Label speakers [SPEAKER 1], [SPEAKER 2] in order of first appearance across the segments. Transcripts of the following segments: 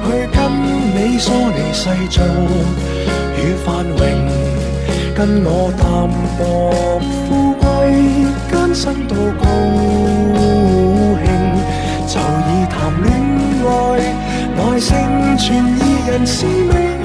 [SPEAKER 1] 去跟你梳理世俗與繁榮，跟我淡薄富貴艱辛到高興，就以談戀愛來成全二人使命。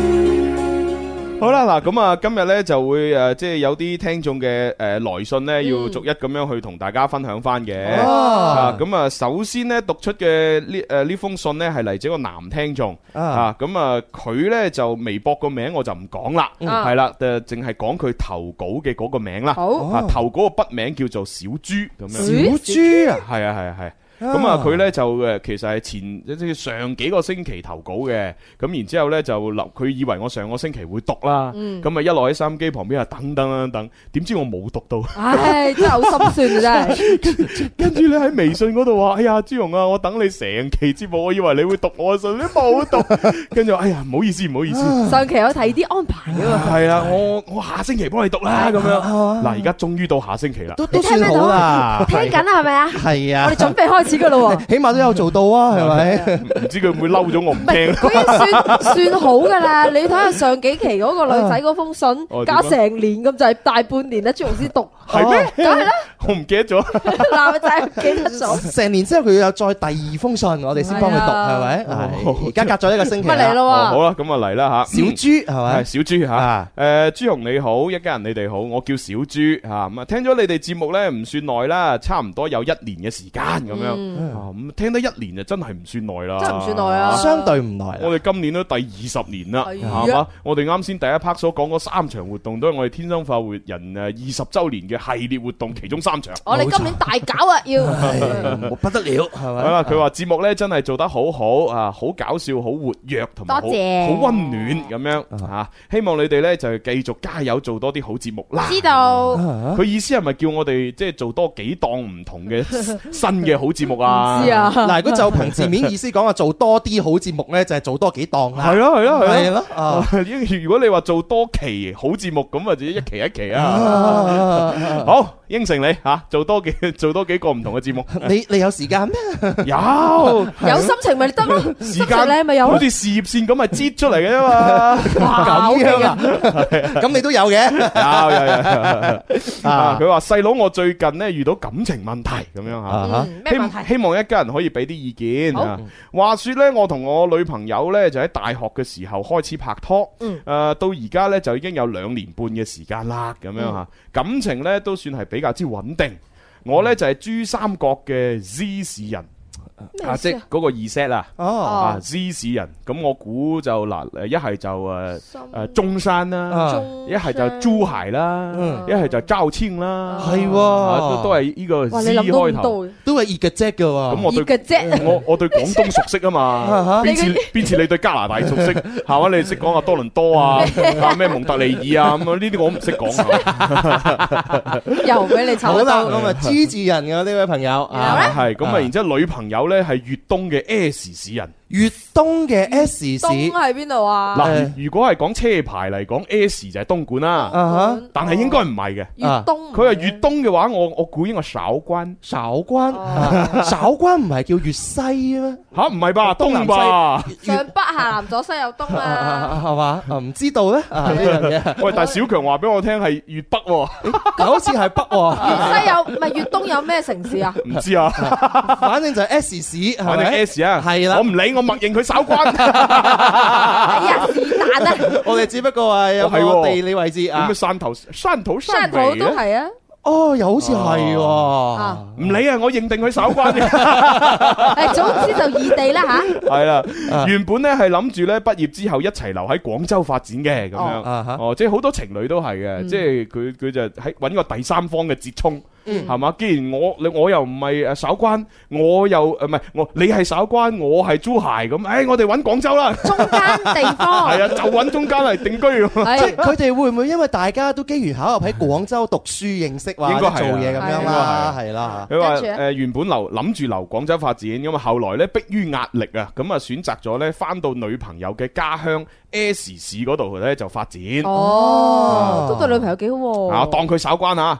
[SPEAKER 2] 好啦，嗱咁啊，今日呢就會誒，即係有啲聽眾嘅呃誒來信呢，要逐一咁樣去同大家分享翻嘅。啊，咁啊，首先呢，讀出嘅呢誒呢封信呢，係嚟自一個男聽眾
[SPEAKER 3] 啊
[SPEAKER 2] 啊，咁啊佢呢就微博個名我就唔講啦，係啦，誒淨係講佢投稿嘅嗰個名啦。
[SPEAKER 4] 好，
[SPEAKER 2] 啊，投稿個筆名叫做小豬咁樣。
[SPEAKER 3] 小豬啊，
[SPEAKER 2] 係啊係啊係啊。咁啊，佢咧就誒，其實係前即係上幾個星期投稿嘅，咁然之後咧就留，佢以為我上個星期會讀啦，咁啊一落喺收音機旁邊啊等等等等，點知我冇讀到，
[SPEAKER 4] 唉，真係好心酸啊，真係。
[SPEAKER 2] 跟住咧喺微信嗰度話：哎呀，朱紅啊，我等你成期節目，我以為你會讀我嘅信，你冇 讀，跟住話哎呀，唔好意思，唔好意思，
[SPEAKER 4] 上期有提啲安排 噶嘛，
[SPEAKER 2] 係啦，我我下星期幫你讀啦，咁樣，
[SPEAKER 3] 啊
[SPEAKER 2] 嗱，而家終於到下星期啦，
[SPEAKER 3] 都都算好啦，
[SPEAKER 4] 聽緊啦係咪啊？
[SPEAKER 3] 係
[SPEAKER 4] 我
[SPEAKER 3] 啊
[SPEAKER 4] 哋，準備開始噶 咯喎。
[SPEAKER 3] 起碼都有做到啊，係咪？
[SPEAKER 2] 唔知佢會唔會嬲咗我唔
[SPEAKER 4] 唔係，
[SPEAKER 2] 聽。
[SPEAKER 4] 嗰啲算算好噶啦。你睇下上幾期嗰個女仔嗰封信
[SPEAKER 2] 哦，
[SPEAKER 4] 加成年咁就係大半年啦，朱紅先 讀，
[SPEAKER 2] 係咩？
[SPEAKER 4] 梗係啦，
[SPEAKER 2] 我唔記得咗。
[SPEAKER 4] 男仔唔記 得 咗。
[SPEAKER 3] 成年之後佢要有再第二封信，我哋先幫佢讀，
[SPEAKER 4] 係啊
[SPEAKER 3] 係咪？
[SPEAKER 2] 哦
[SPEAKER 3] 係而家隔咗一個星期
[SPEAKER 4] 乜嚟
[SPEAKER 3] 啦，
[SPEAKER 4] 咯
[SPEAKER 2] 哦好
[SPEAKER 4] 喎？
[SPEAKER 2] 啦，咁啊嚟啦吓，
[SPEAKER 3] 小豬係咪？
[SPEAKER 2] 系小豬吓
[SPEAKER 3] 啊，
[SPEAKER 2] 诶朱紅你好，一家人你哋好，我叫小豬吓，咁啊聽咗你哋節目呢，唔算耐啦，差唔多有一年嘅時間咁樣，
[SPEAKER 4] 嗯
[SPEAKER 2] 啊咁聽得一年就真係唔算耐啦，
[SPEAKER 4] 真係唔算耐啊
[SPEAKER 3] 相對 唔耐啦。
[SPEAKER 2] 我哋今年都第二十年啦，
[SPEAKER 4] 係啊
[SPEAKER 2] 係嘛？我哋啱先第一 part 所講嗰三場活動，都係我哋天生化活人誒二十週年嘅系列活動其中三場。
[SPEAKER 4] 我哋今年大搞 啊，要
[SPEAKER 3] 唉不得了，係咪
[SPEAKER 2] 係？啦，佢話節目呢真係做得好好啊，好搞笑，好活躍，同埋好
[SPEAKER 4] 多謝
[SPEAKER 2] 好温暖咁樣啊！希望你哋呢就繼續加油，做多啲好節目啦。
[SPEAKER 4] 知道
[SPEAKER 3] 啊
[SPEAKER 2] 佢意思係咪叫我哋即係做多幾檔唔 同嘅新嘅好節目啊？
[SPEAKER 4] 知，啊？
[SPEAKER 3] 嗱，如果就憑字面意思講話，做多啲好節目咧，就係做多幾檔啦。
[SPEAKER 2] 係咯係咯係咯。
[SPEAKER 3] 係咯，啊
[SPEAKER 2] 如如果你話做多期好節目咁啊，就一期一期啊。
[SPEAKER 3] 啊！
[SPEAKER 2] 好，應承你吓，做多幾 做多幾個唔同嘅節 目。
[SPEAKER 3] 你你有時間咩？
[SPEAKER 2] 有
[SPEAKER 4] 有心情咪得咯，
[SPEAKER 2] 時
[SPEAKER 4] 心情
[SPEAKER 2] 間
[SPEAKER 4] 咧咪有啊
[SPEAKER 2] 好
[SPEAKER 4] 咯。
[SPEAKER 2] 似事業線咁，咪擠出嚟嘅啫 嘛。
[SPEAKER 3] 咁樣啊？咁你都有嘅
[SPEAKER 2] 有有有。啊！
[SPEAKER 3] 啊
[SPEAKER 2] 佢話細佬，我最近咧遇到感情問題咁樣吓。
[SPEAKER 3] 啊！
[SPEAKER 4] 嗯咩問題
[SPEAKER 2] 希？希望一家人可以俾啲意見啊！話說呢，我同我女朋友呢，就喺大學嘅時候開始拍拖，誒、
[SPEAKER 4] 嗯
[SPEAKER 2] 到而家呢，就已經有兩年半嘅時間啦，咁樣嚇、
[SPEAKER 4] 嗯
[SPEAKER 2] 感情呢，都算係比較之穩定。我呢，就係、珠三角嘅 Z 市人，
[SPEAKER 4] 咩
[SPEAKER 2] 啊
[SPEAKER 4] 意
[SPEAKER 2] 即
[SPEAKER 4] 思
[SPEAKER 2] 係
[SPEAKER 4] 啊
[SPEAKER 2] 嗰個 Z 啦，
[SPEAKER 3] 哦，
[SPEAKER 2] 啊
[SPEAKER 4] 哦，
[SPEAKER 2] Z 市人，咁我估就嗱誒一係就誒
[SPEAKER 4] 心
[SPEAKER 2] 誒中山啦，
[SPEAKER 3] 啊
[SPEAKER 4] 哦中
[SPEAKER 2] 一係就珠海啦，
[SPEAKER 3] 嗯
[SPEAKER 2] 一係就肇慶啦，
[SPEAKER 3] 係
[SPEAKER 2] 啊
[SPEAKER 3] 喎，
[SPEAKER 2] 都都係呢個
[SPEAKER 4] 哇！
[SPEAKER 2] Z
[SPEAKER 4] 你諗
[SPEAKER 2] 開
[SPEAKER 4] 都
[SPEAKER 2] 頭。
[SPEAKER 4] 唔
[SPEAKER 3] 都係熱嘅啫嘅
[SPEAKER 2] 咁
[SPEAKER 3] 喎。
[SPEAKER 4] 到，
[SPEAKER 2] 我
[SPEAKER 4] 熱
[SPEAKER 2] 對
[SPEAKER 4] 嘅啫。
[SPEAKER 2] 我我對廣東熟悉啊嘛，
[SPEAKER 3] 啊
[SPEAKER 2] 邊次邊次你對加拿大 熟悉係嘛？你識講啊多倫多啊，啊咩蒙特利爾啊咁啊呢啲我唔識講 啊，
[SPEAKER 4] 又俾你炒
[SPEAKER 3] 好
[SPEAKER 4] 得
[SPEAKER 3] 啦，
[SPEAKER 4] 到，
[SPEAKER 3] 咁啊，朱字人嘅呢位朋友啊，
[SPEAKER 2] 係咁啊，然之後女朋友咧係粵東嘅 S 市人。
[SPEAKER 3] 粵東嘅 S 市
[SPEAKER 4] 東喺邊度啊？
[SPEAKER 2] 嗱，如如果係講車牌嚟講，S 就係東莞啦，
[SPEAKER 3] 啊
[SPEAKER 4] 日本
[SPEAKER 2] 但係應該唔係嘅。
[SPEAKER 4] 粵東，
[SPEAKER 2] 佢係粵東嘅話，我我估應該韶關
[SPEAKER 3] 嚇，韶關
[SPEAKER 4] 哦，
[SPEAKER 3] 韶關唔係叫粵西咩？
[SPEAKER 2] 吓，唔係吧？
[SPEAKER 3] 啊東
[SPEAKER 2] 東
[SPEAKER 3] 南
[SPEAKER 2] 吧？
[SPEAKER 4] 上北下南左西右東
[SPEAKER 3] 啊
[SPEAKER 4] 啊！
[SPEAKER 3] 係嘛？啊唔知道咧啊呢樣 嘢，
[SPEAKER 2] 喂，但係小強話俾我聽係粵北喎，
[SPEAKER 3] 但好似係北喎，
[SPEAKER 4] 粵西有唔係粵東有咩城市啊？
[SPEAKER 2] 唔知 啊，
[SPEAKER 3] 反正就係 S 市係
[SPEAKER 2] 反正
[SPEAKER 3] 咪？
[SPEAKER 2] S 啊，
[SPEAKER 3] 係啦
[SPEAKER 2] 我唔理，我默認佢韶關。
[SPEAKER 4] 哎呀，是但啊，
[SPEAKER 3] 我哋只不過係有
[SPEAKER 2] 哦係
[SPEAKER 3] 個
[SPEAKER 2] 喎
[SPEAKER 3] 地理位置
[SPEAKER 2] 咁
[SPEAKER 3] 啊
[SPEAKER 2] 嘅。汕頭汕頭汕
[SPEAKER 4] 汕
[SPEAKER 2] 尾
[SPEAKER 4] 頭
[SPEAKER 2] 嘅
[SPEAKER 4] 都係啊。
[SPEAKER 3] 哦，又好似係
[SPEAKER 4] 啊
[SPEAKER 3] 喎。
[SPEAKER 2] 唔理啊，我認定佢手關 嘅。
[SPEAKER 4] 誒，總之就異地啦吓。
[SPEAKER 2] 係 啦
[SPEAKER 3] 啊，
[SPEAKER 2] 原本咧係諗住咧畢業之後一齊留喺廣州發展嘅咁樣。
[SPEAKER 3] 啊哈
[SPEAKER 2] 哦，即係好多情侶都係嘅，即係佢佢就喺揾個第三方嘅折衷。
[SPEAKER 3] 嗯
[SPEAKER 2] 係嘛？既然我你我又唔係誒稍關，我又誒唔係我你係稍關，我係租鞋咁，誒我哋揾廣州啦，
[SPEAKER 4] 中間地 方
[SPEAKER 2] 係啊，就揾中間嚟定居咁。
[SPEAKER 4] 係
[SPEAKER 3] 即係佢哋會唔會因為大家都機緣巧合喺廣州讀書認識，或
[SPEAKER 2] 應
[SPEAKER 3] 者
[SPEAKER 2] 該
[SPEAKER 3] 做
[SPEAKER 2] 係啊啊
[SPEAKER 3] 嘢咁樣啦，係啦
[SPEAKER 2] 佢話
[SPEAKER 4] 跟住呢
[SPEAKER 2] 誒原本留諗住留廣州發展，咁啊後來咧迫於壓力啊，咁啊選擇咗咧翻到女朋友嘅家鄉 S 市嗰度咧就發展。
[SPEAKER 4] 哦，都對女朋友幾好
[SPEAKER 2] 啊，
[SPEAKER 4] 喎。
[SPEAKER 2] 當佢稍關 啊！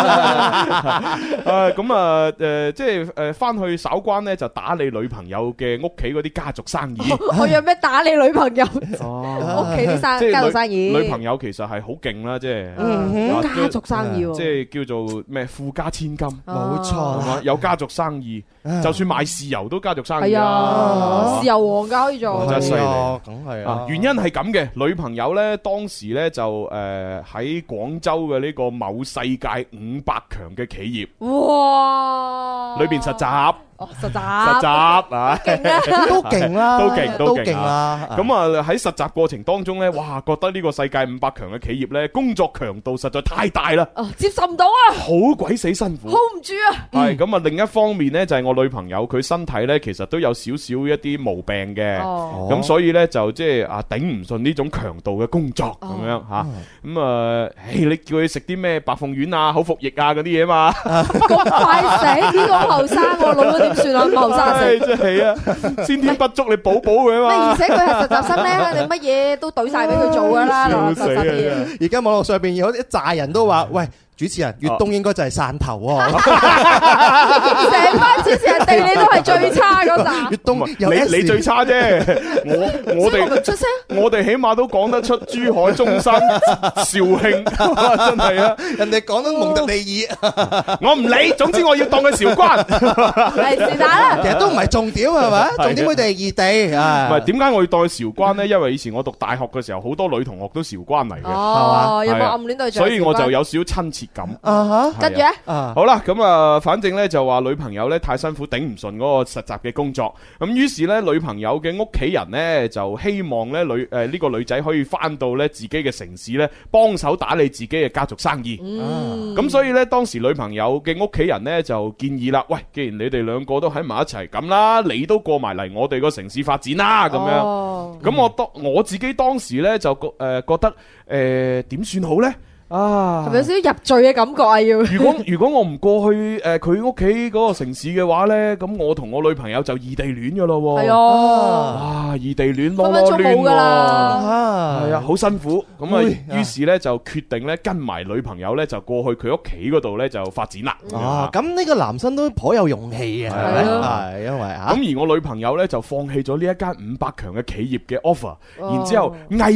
[SPEAKER 2] 啊，咁啊，誒，即係誒，翻去稍關咧，就打你女朋友嘅屋企嗰啲家族 生意。
[SPEAKER 4] 我有咩打你女朋友？
[SPEAKER 2] 哦，
[SPEAKER 4] 屋企啲
[SPEAKER 2] 即
[SPEAKER 4] 生家族
[SPEAKER 2] 係
[SPEAKER 4] 生
[SPEAKER 2] 女
[SPEAKER 4] 意，
[SPEAKER 2] 女朋友其實係好勁啦，即係
[SPEAKER 4] 嗯
[SPEAKER 2] 啊
[SPEAKER 4] 家族生意喎，
[SPEAKER 2] 即係叫做咩富家千金，係
[SPEAKER 3] 冇錯
[SPEAKER 4] 啊
[SPEAKER 2] 嘛？ 哦有家族生意，
[SPEAKER 3] 嚇。
[SPEAKER 2] 就算賣豉油都家族生意
[SPEAKER 4] 係啊
[SPEAKER 2] 啦，
[SPEAKER 4] 豉。油王噶可以做，
[SPEAKER 2] 真係犀利
[SPEAKER 3] 啊梗係
[SPEAKER 2] 啊
[SPEAKER 3] 啊！
[SPEAKER 2] 原因係咁嘅，女朋友呢當時呢就誒喺廣州嘅呢個某世界五百強嘅企業
[SPEAKER 4] 哇！
[SPEAKER 2] 裏邊實習。
[SPEAKER 4] 哦，實習，
[SPEAKER 2] 實習啊！
[SPEAKER 4] 勁啊！
[SPEAKER 3] 都勁啦，
[SPEAKER 2] 都勁都勁啊
[SPEAKER 3] 勁啦。
[SPEAKER 2] 咁啊喺實習過程當中呢，哇，覺得呢個世界五百強嘅企業呢，工作強度實在太大啦，
[SPEAKER 4] 哦，接受唔到啊
[SPEAKER 2] 好鬼死辛苦。
[SPEAKER 4] ，hold 唔住啊！
[SPEAKER 2] 係咁啊，另一方面呢，就係我女朋友佢身體呢，其實都有少少一啲毛病嘅。
[SPEAKER 4] 哦，
[SPEAKER 2] 咁所以呢，就即係啊頂唔順呢種強度嘅工作咁
[SPEAKER 4] 哦
[SPEAKER 2] 樣吓，咁啊，唉你叫佢食啲咩白鳳丸啊、口服液啊嗰啲嘢嘛，
[SPEAKER 4] 咁快死，呢個好後生喎，老咗點算啊？咁後 生
[SPEAKER 2] 唉
[SPEAKER 4] 死。
[SPEAKER 2] 真係啊，先天不足你補補佢 啊
[SPEAKER 4] 而
[SPEAKER 2] 嘛，
[SPEAKER 4] 且佢係實習生咧，你乜嘢都懟晒俾佢做噶啦，老
[SPEAKER 2] 笑
[SPEAKER 4] 老
[SPEAKER 2] 死啊
[SPEAKER 4] 實實
[SPEAKER 2] 真
[SPEAKER 4] 嘢。
[SPEAKER 2] 係！
[SPEAKER 3] 而家網絡上邊有一扎人都話：，喂，主持人，粵東應該就係汕頭喎，
[SPEAKER 4] 成班主持人地理都係最差嗰扎
[SPEAKER 3] 粵
[SPEAKER 2] 唔
[SPEAKER 3] 東有
[SPEAKER 2] 係
[SPEAKER 3] S
[SPEAKER 2] 啊你你最差啫， 我我
[SPEAKER 4] 所以我咪
[SPEAKER 2] 哋
[SPEAKER 4] 出聲。
[SPEAKER 2] 我哋起碼都講得出珠海、中山、肇慶， 真係啊！
[SPEAKER 3] 人哋講得蒙 特利爾，
[SPEAKER 2] 我唔理，總之我要當佢韶關。
[SPEAKER 4] 係是但 啦。
[SPEAKER 3] 其實都唔係重點係咪？重點佢哋係異地
[SPEAKER 2] 唔
[SPEAKER 3] 啊。
[SPEAKER 2] 係點解我要當佢韶關呢？因為以前我讀大學嘅時候，好多女同學都韶關嚟嘅，
[SPEAKER 4] 哦，有
[SPEAKER 2] 係
[SPEAKER 4] 冇
[SPEAKER 2] 啊
[SPEAKER 4] 暗戀對象？
[SPEAKER 2] 所以我就有少少親切感。
[SPEAKER 3] 啊
[SPEAKER 4] 跟住咧，
[SPEAKER 3] 哈啊！
[SPEAKER 2] 好啦，咁啊，反正呢就話女朋友呢太辛苦，頂唔順嗰個實習嘅工作，咁於是呢，女朋友嘅屋企人呢，就希望呢女誒呢個女仔可以翻到呢自己嘅城市呢，幫手打理自己嘅家族生意。
[SPEAKER 4] 嗯，
[SPEAKER 2] 咁所以呢，當時女朋友嘅屋企人呢，就建議啦，喂，既然你哋兩個都喺埋一齊，咁啦，你都過埋嚟我哋個城市發展啦，咁樣。
[SPEAKER 4] 樣
[SPEAKER 2] 咁我當我自己當時呢，就覺誒、呃、覺得誒呃點、算好呢？啊
[SPEAKER 4] 係，咪有少少入罪嘅感覺啊？要
[SPEAKER 2] 如果 如果我唔過去誒佢屋企嗰個城市嘅話呢，咁我同我女朋友就異地戀噶咯喎。
[SPEAKER 4] 係啊，
[SPEAKER 2] 哇，異地戀囉
[SPEAKER 4] 分分
[SPEAKER 2] 囉
[SPEAKER 4] 鐘
[SPEAKER 2] 攣
[SPEAKER 4] 冇噶
[SPEAKER 2] 喎。
[SPEAKER 4] 啦。
[SPEAKER 3] 啊，
[SPEAKER 2] 係啊，好辛苦，咁
[SPEAKER 3] 哎
[SPEAKER 2] 啊，於是呢，就決定呢，跟埋女朋友呢，就過去佢屋企嗰度呢，就發展啦。
[SPEAKER 3] 啊，咁呢個男生都頗有勇氣嘅，係咪
[SPEAKER 4] 係啊
[SPEAKER 3] 係因為啊，
[SPEAKER 2] 咁而我女朋友呢，就放棄咗呢一間五百強嘅企業嘅 offer，
[SPEAKER 4] 哦
[SPEAKER 2] 然之後毅然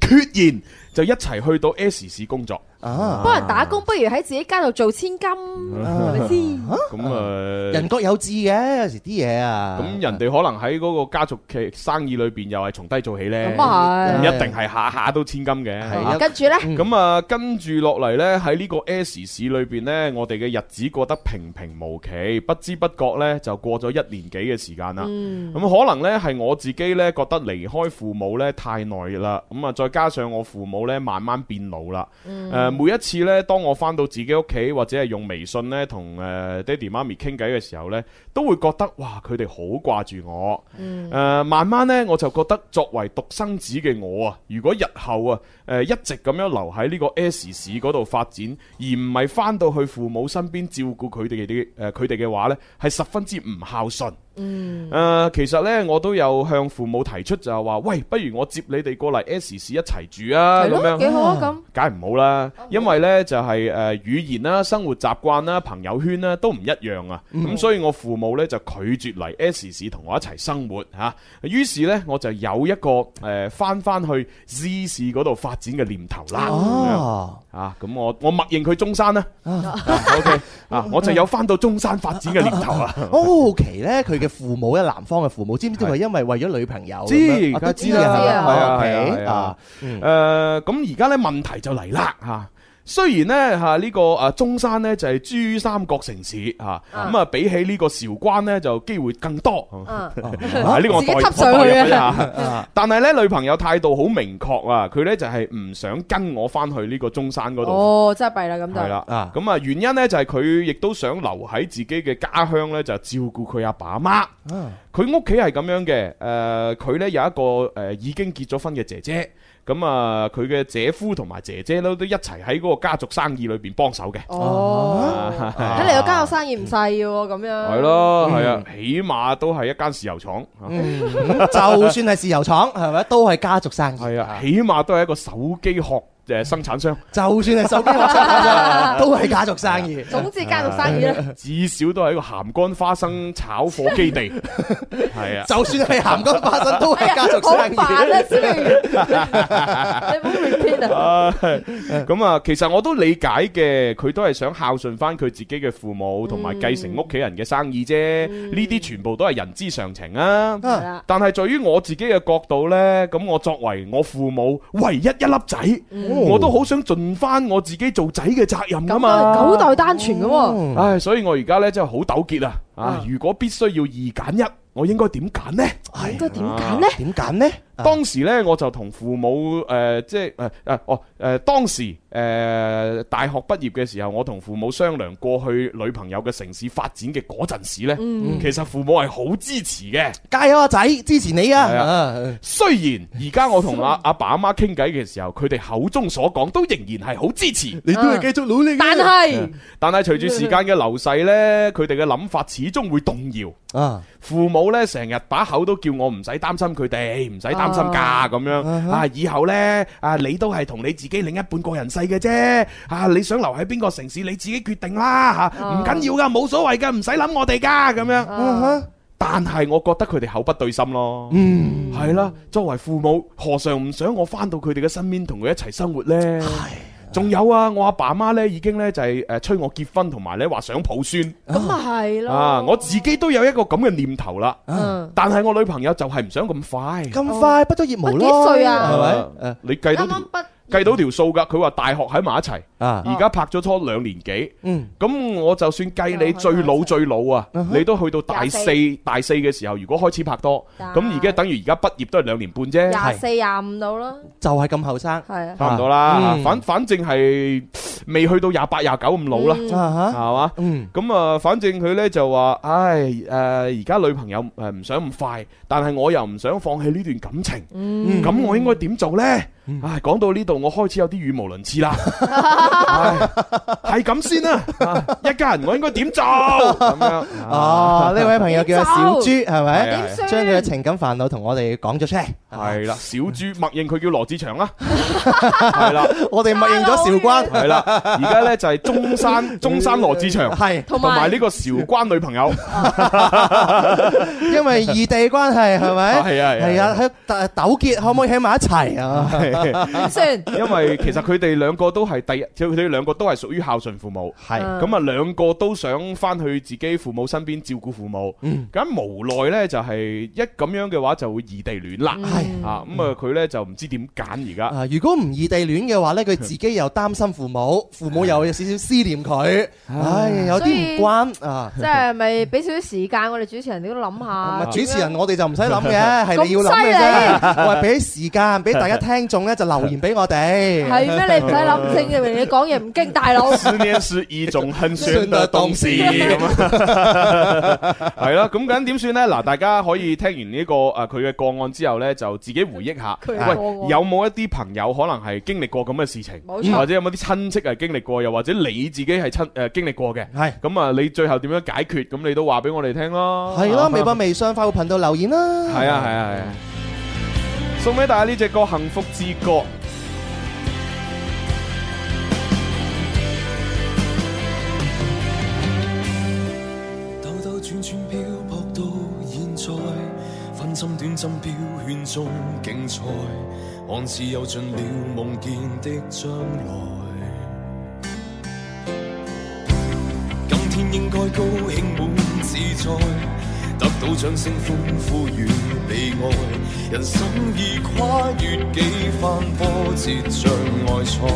[SPEAKER 2] 決然就一齊去到 S 市工作。
[SPEAKER 3] 啊，
[SPEAKER 4] 幫人打工，不如喺自己家度做千金，係咪先？
[SPEAKER 2] 咁啊，
[SPEAKER 3] 人各有志嘅，有時啲嘢啊，
[SPEAKER 2] 咁人哋可能喺嗰個家族嘅生意裏邊又係從低做起呢，
[SPEAKER 4] 咁啊
[SPEAKER 2] 唔
[SPEAKER 4] 係
[SPEAKER 2] 一定係下下都千金嘅。
[SPEAKER 3] 係啊
[SPEAKER 4] 跟住咧，
[SPEAKER 2] 咁啊，跟住落嚟呢，喺呢個 S 市裏邊呢，我哋嘅日子過得平平無奇，不知不覺呢就過咗一年幾嘅時間啦。
[SPEAKER 4] 嗯
[SPEAKER 2] 咁、可能呢係我自己呢覺得離開父母呢太耐啦，咁啊再加上我父母呢慢慢變老啦。誒、每一次呢，當我翻到自己屋企或者係用微信呢同誒爹哋媽咪傾偈嘅時候呢，都會覺得哇佢哋好掛住我。
[SPEAKER 4] 嗯
[SPEAKER 2] 誒、呃慢慢呢，我就覺得作為獨生子嘅我啊，如果日後啊誒、一直咁樣留喺呢個 S 市嗰度發展，而唔係翻到去父母身邊照顧佢哋嘅誒佢哋嘅話呢，係十分之唔孝順。
[SPEAKER 4] 嗯
[SPEAKER 2] 誒、其實呢，我都有向父母提出就係話，喂，不如我接你哋過嚟 S 市一齊住啊，
[SPEAKER 4] 係
[SPEAKER 2] 咁
[SPEAKER 4] 咯，
[SPEAKER 2] 樣
[SPEAKER 4] 幾。好啊咁。
[SPEAKER 2] 梗係唔好啦，因為呢就係、誒、語言啦、生活習慣啦、朋友圈啦都唔一樣啊，咁、所以我父母呢就拒絕嚟 S 市同我一齊生活嚇、啊，於是呢，我就有一個誒翻翻去 Z 市嗰度發展嘅念頭啦。咁樣
[SPEAKER 3] 哦，
[SPEAKER 2] 啊，咁我我默認佢中山啦。OK 啊，我就有翻到中山發展嘅念頭啊。
[SPEAKER 3] 我 好好奇咧，佢嘅父母咧，男方嘅父母知唔知
[SPEAKER 2] 係
[SPEAKER 3] 佢因為為咗女朋友
[SPEAKER 2] 知
[SPEAKER 3] 咁樣
[SPEAKER 2] 而
[SPEAKER 3] 啊
[SPEAKER 2] 家
[SPEAKER 3] 都
[SPEAKER 2] 知
[SPEAKER 3] 嘅
[SPEAKER 2] 啦，
[SPEAKER 4] 啊
[SPEAKER 2] 係啊係啊係
[SPEAKER 3] 係啊
[SPEAKER 2] 啊
[SPEAKER 3] ，OK 啊，嗯
[SPEAKER 2] 誒，咁而家咧問題就嚟啦嚇。雖然呢，嚇呢個啊中山呢就係珠三角城市嚇，
[SPEAKER 4] 啊
[SPEAKER 2] 咁啊比起呢個韶關呢，就機會更多。
[SPEAKER 4] 啊，
[SPEAKER 2] 啊！呢個我代
[SPEAKER 4] 自己吸
[SPEAKER 2] 我
[SPEAKER 4] 上去
[SPEAKER 2] 代
[SPEAKER 4] 啊
[SPEAKER 2] 入一下，但係呢，女朋友態度好明確啊，佢呢就係唔想跟我翻去呢個中山嗰度，
[SPEAKER 4] 哦，真係弊啦咁
[SPEAKER 2] 係
[SPEAKER 4] 就。
[SPEAKER 2] 啦。
[SPEAKER 3] 啊，
[SPEAKER 2] 咁啊，原因呢就係佢亦都想留喺自己嘅家鄉呢，就照顧佢阿爸阿媽。佢屋企係咁樣嘅，誒、呃佢呢有一個誒、已經結咗婚嘅姐姐，咁啊佢嘅姐夫同埋姐姐呢都一齊喺嗰個家族生意裏邊幫手嘅。
[SPEAKER 4] 哦，睇嚟個家有生意唔細嘅喎，咁樣。
[SPEAKER 2] 係。咯，係啊，起碼都係一間豉油廠，啊
[SPEAKER 3] 就算係豉油廠，係咪？都係家族生意。
[SPEAKER 2] 係啊，起碼都係一個手機殼誒生產 商，
[SPEAKER 3] 就算係手機殼生意，都係家族生意。
[SPEAKER 2] 啊
[SPEAKER 4] 總之家族生意咧，
[SPEAKER 2] 至少都係一個鹹乾花生炒貨基 地，係啊。
[SPEAKER 4] 哎呀，好
[SPEAKER 3] 就算係鹹乾花生，都係家族生意。
[SPEAKER 4] 煩啊，小明，你唔好 repeat 啊。
[SPEAKER 2] 唉咁啊，其實我都理解嘅，佢都係想孝順翻佢自己嘅父母，
[SPEAKER 4] 嗯
[SPEAKER 2] 同埋繼承屋企人嘅生意啫。呢啲全部都係人之常情啊。
[SPEAKER 4] 係啦，
[SPEAKER 2] 但係在於我自己嘅角度呢，咁我作為我父母唯一一粒仔，
[SPEAKER 4] 嗯
[SPEAKER 2] 我都好想盡翻我自己做仔嘅責任噶
[SPEAKER 4] 咁
[SPEAKER 2] 嘛。
[SPEAKER 4] 啊，九代單傳嘅喎。
[SPEAKER 2] 唉，所以我而家呢，真係好糾結啊！啊
[SPEAKER 4] 啊，
[SPEAKER 2] 如果必須要二揀一，我應該點揀呢？
[SPEAKER 3] 哎呀，
[SPEAKER 4] 應該點揀咧？
[SPEAKER 3] 點揀呢？啊
[SPEAKER 2] 當時呢，我就同父母誒、呃即係誒誒哦誒，當時誒、呃大學畢業嘅時候，我同父母商量過去女朋友嘅城市發展嘅嗰陣時呢，其實父母係好支持嘅。
[SPEAKER 3] 加油啊，仔，支持你啊！
[SPEAKER 2] 係啊。
[SPEAKER 3] 啊，
[SPEAKER 2] 雖然而家我同阿阿爸阿媽傾偈嘅時候，佢哋口中所講都仍然係好支持，啊
[SPEAKER 3] 你都係繼續努力嘅。
[SPEAKER 4] 但係
[SPEAKER 2] 但係隨住時間嘅流逝呢，佢哋嘅諗法始終會動搖。
[SPEAKER 3] 啊，
[SPEAKER 2] 父母呢，成日把口都叫我唔使擔心佢哋，唔使擔心㗎
[SPEAKER 4] 啊
[SPEAKER 2] 咁樣啊！以後呢，啊，你都係同你自己另一半過人世嘅啫啊！你想留喺邊個城市你自己決定啦嚇，唔
[SPEAKER 4] 啊
[SPEAKER 2] 緊要㗎，冇所謂㗎，唔使諗我哋㗎咁
[SPEAKER 3] 嗯
[SPEAKER 2] 樣。
[SPEAKER 4] 啊
[SPEAKER 2] 但係我覺得佢哋口不對心咯，
[SPEAKER 3] 嗯，
[SPEAKER 2] 係啦，作為父母何嘗唔想我翻到佢哋嘅身邊同佢一齊生活呢？仲有啊，我阿爸媽呢已經呢，就係誒催我結婚，同埋呢話想抱孫
[SPEAKER 4] 咁啊係咯。
[SPEAKER 2] 啊！我自己都有一個咁嘅念頭啦。
[SPEAKER 4] 嗯
[SPEAKER 2] 但係我女朋友就係唔想咁快，
[SPEAKER 3] 咁快，畢咗業無耐，
[SPEAKER 4] 喂，幾歲啊？
[SPEAKER 3] 係咪？
[SPEAKER 2] 你計
[SPEAKER 4] 啱啊
[SPEAKER 2] 到條
[SPEAKER 4] 啱畢
[SPEAKER 2] 計到條數㗎。佢話大學喺埋一齊，
[SPEAKER 3] 啊，嗯，
[SPEAKER 2] 而家拍咗拖兩年幾，咁我就算計你最老最老啊，
[SPEAKER 3] 嗯
[SPEAKER 2] 你都去到大四
[SPEAKER 4] 廿
[SPEAKER 2] 大四嘅時候，如果開始拍拖，
[SPEAKER 4] 但
[SPEAKER 2] 咁而家等於而家畢業都係兩年半啫，
[SPEAKER 4] 廿四廿五度啦，
[SPEAKER 3] 就係咁後生。
[SPEAKER 4] 係啊。
[SPEAKER 2] 差唔多啦。
[SPEAKER 3] 嗯
[SPEAKER 2] 反反正係未去到廿八廿九咁老啦，
[SPEAKER 4] 嗯
[SPEAKER 3] 啊哈，
[SPEAKER 2] 係嘛？
[SPEAKER 3] 嗯，
[SPEAKER 2] 咁啊，反正佢呢就話，唉，誒，而家女朋友誒唔想咁快，但係我又唔想放棄呢段感情。
[SPEAKER 4] 嗯
[SPEAKER 2] 咁我應該點做呢？唉，講到呢度，我開始有啲語無倫次啦。唉係咁先啦，啊一家人我應該點做咁樣？
[SPEAKER 3] 哦，呢位朋友叫小
[SPEAKER 4] 你走
[SPEAKER 3] 朱，係咪？
[SPEAKER 2] 係啊
[SPEAKER 4] 點
[SPEAKER 2] 係
[SPEAKER 4] 算？
[SPEAKER 3] 將佢嘅情感煩惱同我哋講咗出嚟。
[SPEAKER 2] 係啦，小豬默認佢叫羅志祥啦，係啦，
[SPEAKER 3] 我哋默認咗韶關，
[SPEAKER 2] 係啦，而家呢就係中山中山羅志祥，
[SPEAKER 3] 係
[SPEAKER 2] 同
[SPEAKER 4] 同
[SPEAKER 2] 埋
[SPEAKER 4] 埋
[SPEAKER 2] 呢個韶關女朋友，
[SPEAKER 3] 因為異地關係 係
[SPEAKER 2] 係
[SPEAKER 3] 咪？
[SPEAKER 2] 啊係啊
[SPEAKER 3] 係啊，喺但係糾結可唔可以喺埋一 齊啊？
[SPEAKER 4] 點算？
[SPEAKER 2] 因為其實佢哋兩個都係第一，佢哋兩個都係屬於孝順父母。
[SPEAKER 3] 係
[SPEAKER 2] 咁啊，兩個都想翻去自己父母身邊照顧父母，咁無奈呢，就係一咁樣嘅話就會異地戀啦，
[SPEAKER 4] 嗯
[SPEAKER 3] 係
[SPEAKER 2] 啊咁啊佢呢就唔知點揀而家，
[SPEAKER 3] 啊！如果唔異地戀嘅話咧，佢自己又擔心父 母，父母又有少少思念佢，唉，有啲唔關啊。
[SPEAKER 4] 即係咪俾少少時間我哋主持人都諗下？
[SPEAKER 3] 主持人，我哋就唔使諗嘅，係你要諗嘅
[SPEAKER 4] 咁
[SPEAKER 3] 啫。我係俾時間俾大家聽眾咧，就留言俾我哋。
[SPEAKER 4] 係咩？你唔使諗，證明你講嘢唔經大 腦。
[SPEAKER 2] 思念是一種很酸的東 西咁啊，係啦，咁緊點算呢？嗱，大家可以聽完呢個誒佢嘅個案之後呢，就自己回憶下，
[SPEAKER 4] 佢嘅個案
[SPEAKER 2] 喂，有冇一啲朋友可能係經歷過咁嘅事情，
[SPEAKER 4] 冇錯
[SPEAKER 2] 或者有冇啲親戚係經歷過，又或者你自己係親誒經歷過嘅？
[SPEAKER 3] 係
[SPEAKER 2] 咁啊，你最後點樣解決？咁你都話俾我哋聽咯。
[SPEAKER 3] 係咯，微博、微信、快活頻道留言啦。
[SPEAKER 2] 係啊，係啊，係啊。送俾大家呢只歌《幸福之歌》。
[SPEAKER 1] 兜兜轉轉漂泊到現在，分針短針標圈中競賽，看似又盡了夢見的將來。今天應該高興滿自在，得到掌聲歡呼與被愛，人生已跨越幾番波折障礙賽。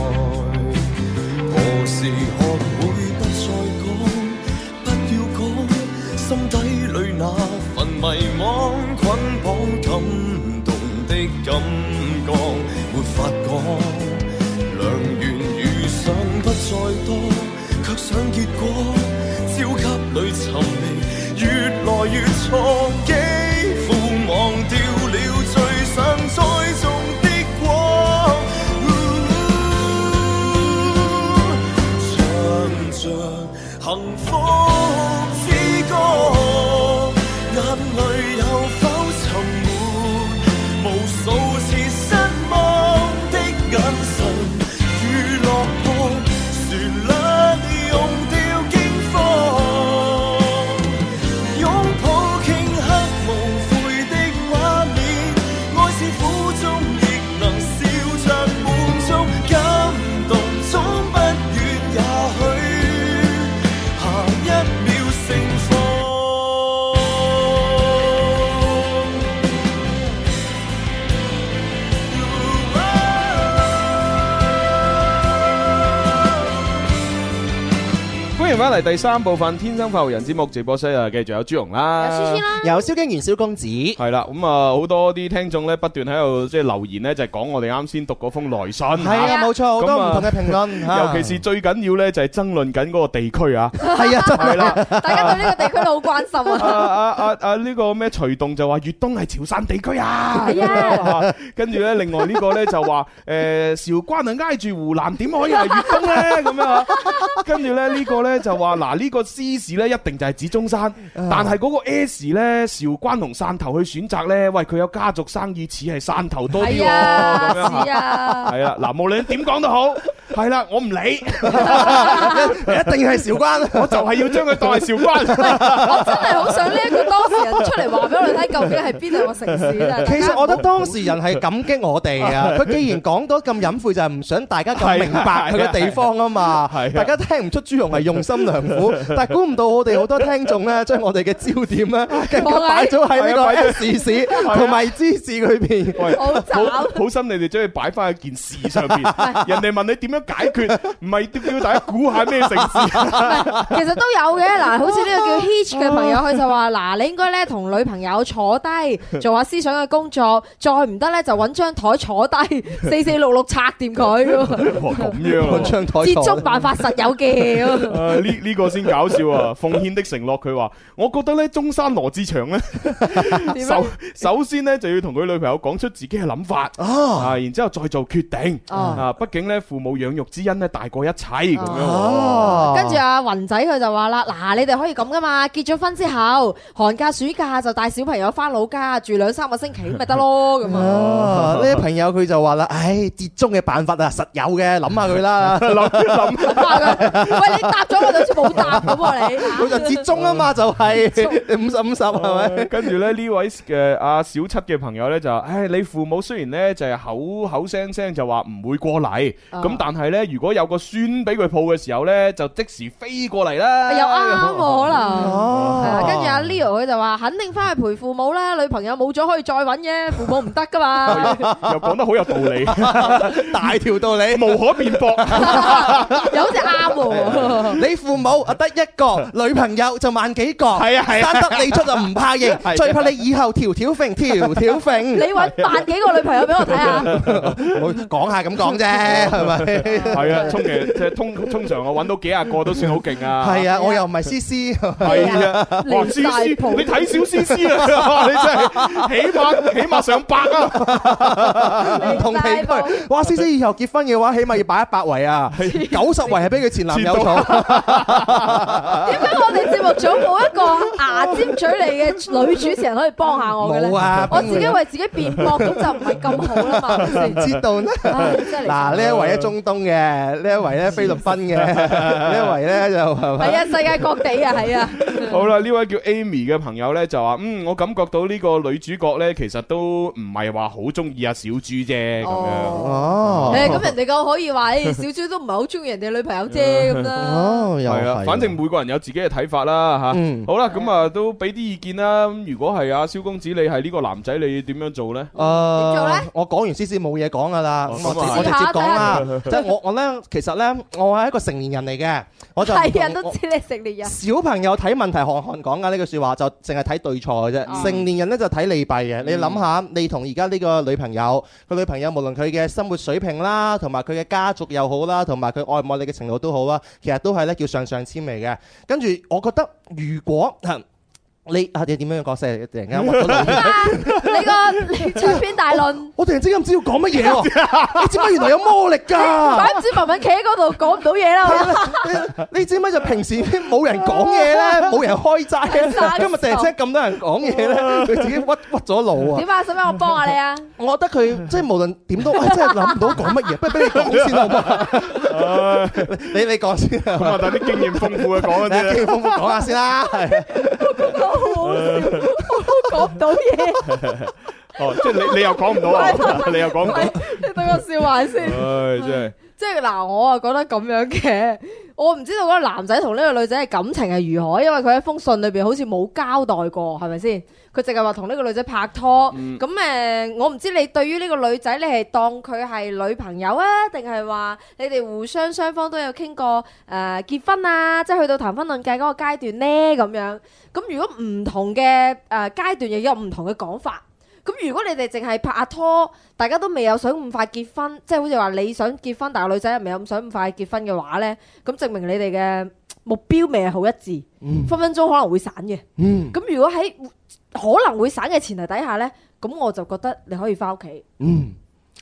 [SPEAKER 1] 何時學會不再講，不要講，心底裏那份迷惘捆綁感動的感覺，沒法講。良緣遇上不再多，卻想結果，焦急裏尋覓，越來越錯，幾乎忘掉了最想栽種的果。Ừ, 唱着幸福之歌，眼淚有否沉沒？無數次失望的眼神與落寞，旋律用掉驚慌。擁抱頃刻無悔的畫面，愛是苦中亦能笑着滿足，感動總不遠，也許下一秒盛放。嗯
[SPEAKER 2] 欢迎翻嚟第三部分《天生發育人》節目直播室啊，繼續有朱容啦，
[SPEAKER 3] 有蕭敬元蕭公子，
[SPEAKER 2] 系啦，咁啊好多啲聽眾咧不斷喺度即係留言咧，就係講我哋啱先讀嗰封來信。
[SPEAKER 3] 係啊，冇錯，好多
[SPEAKER 2] 咁啊
[SPEAKER 3] 唔同嘅 評論，
[SPEAKER 2] 尤其是最緊要咧，就係爭論緊嗰個地區啊！
[SPEAKER 3] 係啊，真係
[SPEAKER 2] 係啦，
[SPEAKER 4] 大家對呢個地區都好關心
[SPEAKER 2] 啊
[SPEAKER 4] 啊。
[SPEAKER 2] 啊啊啊！呢個咩徐棟就話粵東係潮汕地區啊，
[SPEAKER 4] 係
[SPEAKER 2] 啊 跟住咧，另外呢個咧就話 誒韶關啊挨住湖南，點可以係粵東咧？咁樣啊，跟住咧呢個咧就話嗱呢個 C 市咧一定就係指中
[SPEAKER 4] 啊
[SPEAKER 2] 山，但係嗰個 S 咧韶關同汕頭去選擇咧，喂佢有家族生意似係汕頭多
[SPEAKER 4] 係
[SPEAKER 2] 啲喎，咁樣
[SPEAKER 4] 啊，
[SPEAKER 2] 嚇
[SPEAKER 4] 是啊，
[SPEAKER 2] 係啦，嗱無論點講都好，係啦，我唔理。
[SPEAKER 3] 一定係韶 關。
[SPEAKER 2] 我就係要將佢當係韶關。
[SPEAKER 4] 我真係好想呢一個當事人出嚟話俾我哋聽，究竟係邊兩個城市啊？
[SPEAKER 3] 其實我覺得當事人係感激我哋 啊！佢既然講到咁隱晦，就係唔想大家咁明白佢嘅地方啊嘛
[SPEAKER 2] 係啊係啊。
[SPEAKER 3] 大家聽唔出朱容係用心 良苦，但係估唔到我哋好多聽眾咧，將我哋嘅焦點咧，更加擺咗喺呢個 S 市同埋芝士裏邊。
[SPEAKER 2] 喂
[SPEAKER 4] 好慘
[SPEAKER 2] 好好心你哋將佢擺翻喺件事上 邊，人哋問你點樣解決，唔係叫大家估下咩城 市。
[SPEAKER 4] 其實都有嘅，嗱，好似呢個叫 Hitch 嘅朋友，佢就話：嗱，你應該咧同女朋友坐低做下思想嘅工作，再唔得咧就揾張台坐低，四四六六拆掂佢，
[SPEAKER 2] 哇，咁樣
[SPEAKER 3] 揾
[SPEAKER 2] 啊！
[SPEAKER 3] 張台
[SPEAKER 4] 接
[SPEAKER 3] 坐
[SPEAKER 4] 觸辦法實有嘅。
[SPEAKER 2] 誒啊呢呢個先搞笑啊！奉獻的承諾，佢話：我覺得咧，中山羅志祥咧，
[SPEAKER 4] 點
[SPEAKER 2] 首
[SPEAKER 4] 咧？
[SPEAKER 2] 首先咧就要同佢女朋友講出自己嘅諗法
[SPEAKER 3] 啊！
[SPEAKER 2] 啊，然之後再做決定
[SPEAKER 4] 哦，
[SPEAKER 2] 啊。畢竟咧，父母養育之恩咧大過一切咁樣喎。
[SPEAKER 3] 哦，
[SPEAKER 4] 跟住阿雲仔佢就話啦：嗱，你哋可以咁噶嘛，結咗婚之後，寒假暑假就帶小朋友翻老家住兩三個星期咪得咯，咁 啊。
[SPEAKER 3] 啊！呢啲朋友佢就話啦，唉，折中嘅辦法啊，實有嘅，諗下佢啦。
[SPEAKER 2] 諗諗
[SPEAKER 4] 啊喂，你答咗我就好似冇答咁喎，你
[SPEAKER 3] 佢 就折中啊嘛，就 係五十五十係咪？
[SPEAKER 2] 跟住咧呢位嘅阿小七嘅朋友咧就話，唉，你父母雖然咧就係口口聲聲就話唔會過嚟，
[SPEAKER 4] 啊
[SPEAKER 2] 咁但係咧如果有個孫俾佢抱嘅時候咧，就即時飛過嚟啦。
[SPEAKER 4] 啊又啱喎，可能。係啊
[SPEAKER 2] Ờ.
[SPEAKER 3] 哦
[SPEAKER 4] 跟住阿 Ờ, Leo 佢就話肯定翻去陪父母啦，女朋友冇咗可以再揾嘅，父母唔得噶 嘛，
[SPEAKER 2] 又講得好有道理，
[SPEAKER 3] 大條道理，
[SPEAKER 2] 無可 辯駁。
[SPEAKER 4] 又好似啱喎。
[SPEAKER 3] 你父母啊得一 個，女朋友就萬幾個，
[SPEAKER 2] 係啊係啊
[SPEAKER 3] 生得你出就唔 怕
[SPEAKER 2] 係啊
[SPEAKER 3] 認，最怕你以後條條揈條條
[SPEAKER 4] 你
[SPEAKER 3] 揈。
[SPEAKER 4] 揾百幾個女朋友俾我睇下，
[SPEAKER 3] 我講下 咁講啫，係咪？
[SPEAKER 2] 係啊，通其即係通通常我揾到幾廿個都算好勁啊。
[SPEAKER 3] 係啊，我又唔係思思，
[SPEAKER 2] 係啊，哇！
[SPEAKER 4] 亂
[SPEAKER 2] 思
[SPEAKER 4] 晒
[SPEAKER 2] 思，你
[SPEAKER 4] 譜
[SPEAKER 2] 睇小思思啊， 你真係起碼起碼上百啊！
[SPEAKER 3] 唔同地
[SPEAKER 4] 大佬
[SPEAKER 3] 區。哇，思思以後結婚嘅話，起碼要擺一百圍啊，九十圍係俾佢前男友
[SPEAKER 2] 前
[SPEAKER 3] 坐。
[SPEAKER 4] 點解我哋節目組冇一個牙尖嘴利嘅女主持人可以幫下我嘅咧
[SPEAKER 3] 冇？啊，
[SPEAKER 4] 我自己為自己辯駁，咁就唔係咁好啦嘛，係咪先
[SPEAKER 3] 邊會 知道呢。
[SPEAKER 4] 唉真係離
[SPEAKER 3] 嗱，
[SPEAKER 4] 譜
[SPEAKER 3] 呢一位咧中東 嘅，呢一位咧菲律賓嘅，呢一位咧就係
[SPEAKER 4] 哦係啊，世界各地啊，係啊，
[SPEAKER 2] 好啦，呢位叫 Amy 嘅朋友呢，就話：嗯，我感覺到呢個女主角呢，其實都唔係話好中意阿小豬啫咁樣。
[SPEAKER 4] 哦，
[SPEAKER 3] 哦，
[SPEAKER 4] 誒咁人哋夠可以話，誒小豬都唔係好中意人哋女朋友啫咁啦。
[SPEAKER 3] 哦，又
[SPEAKER 2] 係啊，
[SPEAKER 3] 係
[SPEAKER 2] 反正每個人有自己嘅睇法啦吓。
[SPEAKER 3] 嗯
[SPEAKER 2] 好啦，咁啊都俾啲意見啦。咁如果係阿蕭公子你係呢個男仔，你點樣做呢？
[SPEAKER 3] 誒，
[SPEAKER 4] 點做呢
[SPEAKER 3] 啊我講完詩詩冇嘢講噶啦，
[SPEAKER 2] 哦
[SPEAKER 3] 咁
[SPEAKER 2] 咁
[SPEAKER 3] 我
[SPEAKER 2] 啊
[SPEAKER 3] 直我直接
[SPEAKER 4] 試下
[SPEAKER 3] 講 啦。即係我我咧，其實咧，我係一個成年人嚟嘅，我就唔
[SPEAKER 4] 係人
[SPEAKER 3] 同
[SPEAKER 4] 都
[SPEAKER 3] 我
[SPEAKER 4] 知你食獵人。
[SPEAKER 3] 小朋友睇問題，韓寒講㗎呢句説話就淨係睇對錯嘅啫，
[SPEAKER 4] 哦
[SPEAKER 3] 成年人咧就睇利弊嘅。你諗下，你同而家呢個女朋友，佢女朋友無論佢嘅生活水平啦，同埋佢嘅家族又好啦，同埋佢愛唔愛你嘅程度都好啦，其實都係咧叫上上籤嚟嘅。跟住我覺得，如果你啊，你點樣嘅角色嚟嘅？突然間屈到腦
[SPEAKER 4] 你個你長篇大論，
[SPEAKER 3] 我突然之間唔知要講乜嘢喎！你知唔知原來有魔力㗎？
[SPEAKER 4] 怪唔知文文企喺嗰度講唔到嘢啦。
[SPEAKER 3] Ờ. 你你知唔知就平時冇人講嘢咧，冇人開齋咧，今日突然之間咁多人講嘢咧，佢自己屈屈咗腦啊！
[SPEAKER 4] 點啊？使唔使我幫下你啊？
[SPEAKER 3] 我覺得佢即係無論點都，哎真係諗唔到講乜嘢，不如俾你講先好唔好？你你講先
[SPEAKER 2] 咁
[SPEAKER 3] 啊！
[SPEAKER 2] 啊，等啲經驗豐富嘅講一
[SPEAKER 3] 你阿
[SPEAKER 2] 啲
[SPEAKER 3] 基豐富講下先啦，係
[SPEAKER 4] 講唔到嘢，
[SPEAKER 2] 哦，即係你你又講唔到啊， 你又講唔 到。
[SPEAKER 4] 你等我笑埋先。
[SPEAKER 2] 唉，真
[SPEAKER 4] 即係嗱，我啊覺得咁樣嘅，我唔知道嗰個男仔同呢個女仔嘅感情係如何，因為佢喺封信裏邊好似冇交代過，係咪先？佢淨係話同呢個女仔拍拖，
[SPEAKER 2] 嗯
[SPEAKER 4] 咁誒、我唔知你對於呢個女仔，你係當佢係女朋友啊，定係話你哋互相雙方都有傾過誒、呃、結婚啊，即係去到談婚論嫁嗰個階段呢？咁樣。咁如果唔同嘅誒階段，亦有唔同嘅講法。咁如果你哋淨係拍下拖，大家都未有想咁快結婚，即係好似話你想結婚，但係女仔又未有咁想咁快結婚嘅話呢，咁證明你哋嘅目標未係好一致，分分鐘可能會散嘅。
[SPEAKER 3] 嗯
[SPEAKER 4] 咁如果喺可能會散嘅前提底下呢，咁我就覺得你可以翻屋企
[SPEAKER 3] 嗯，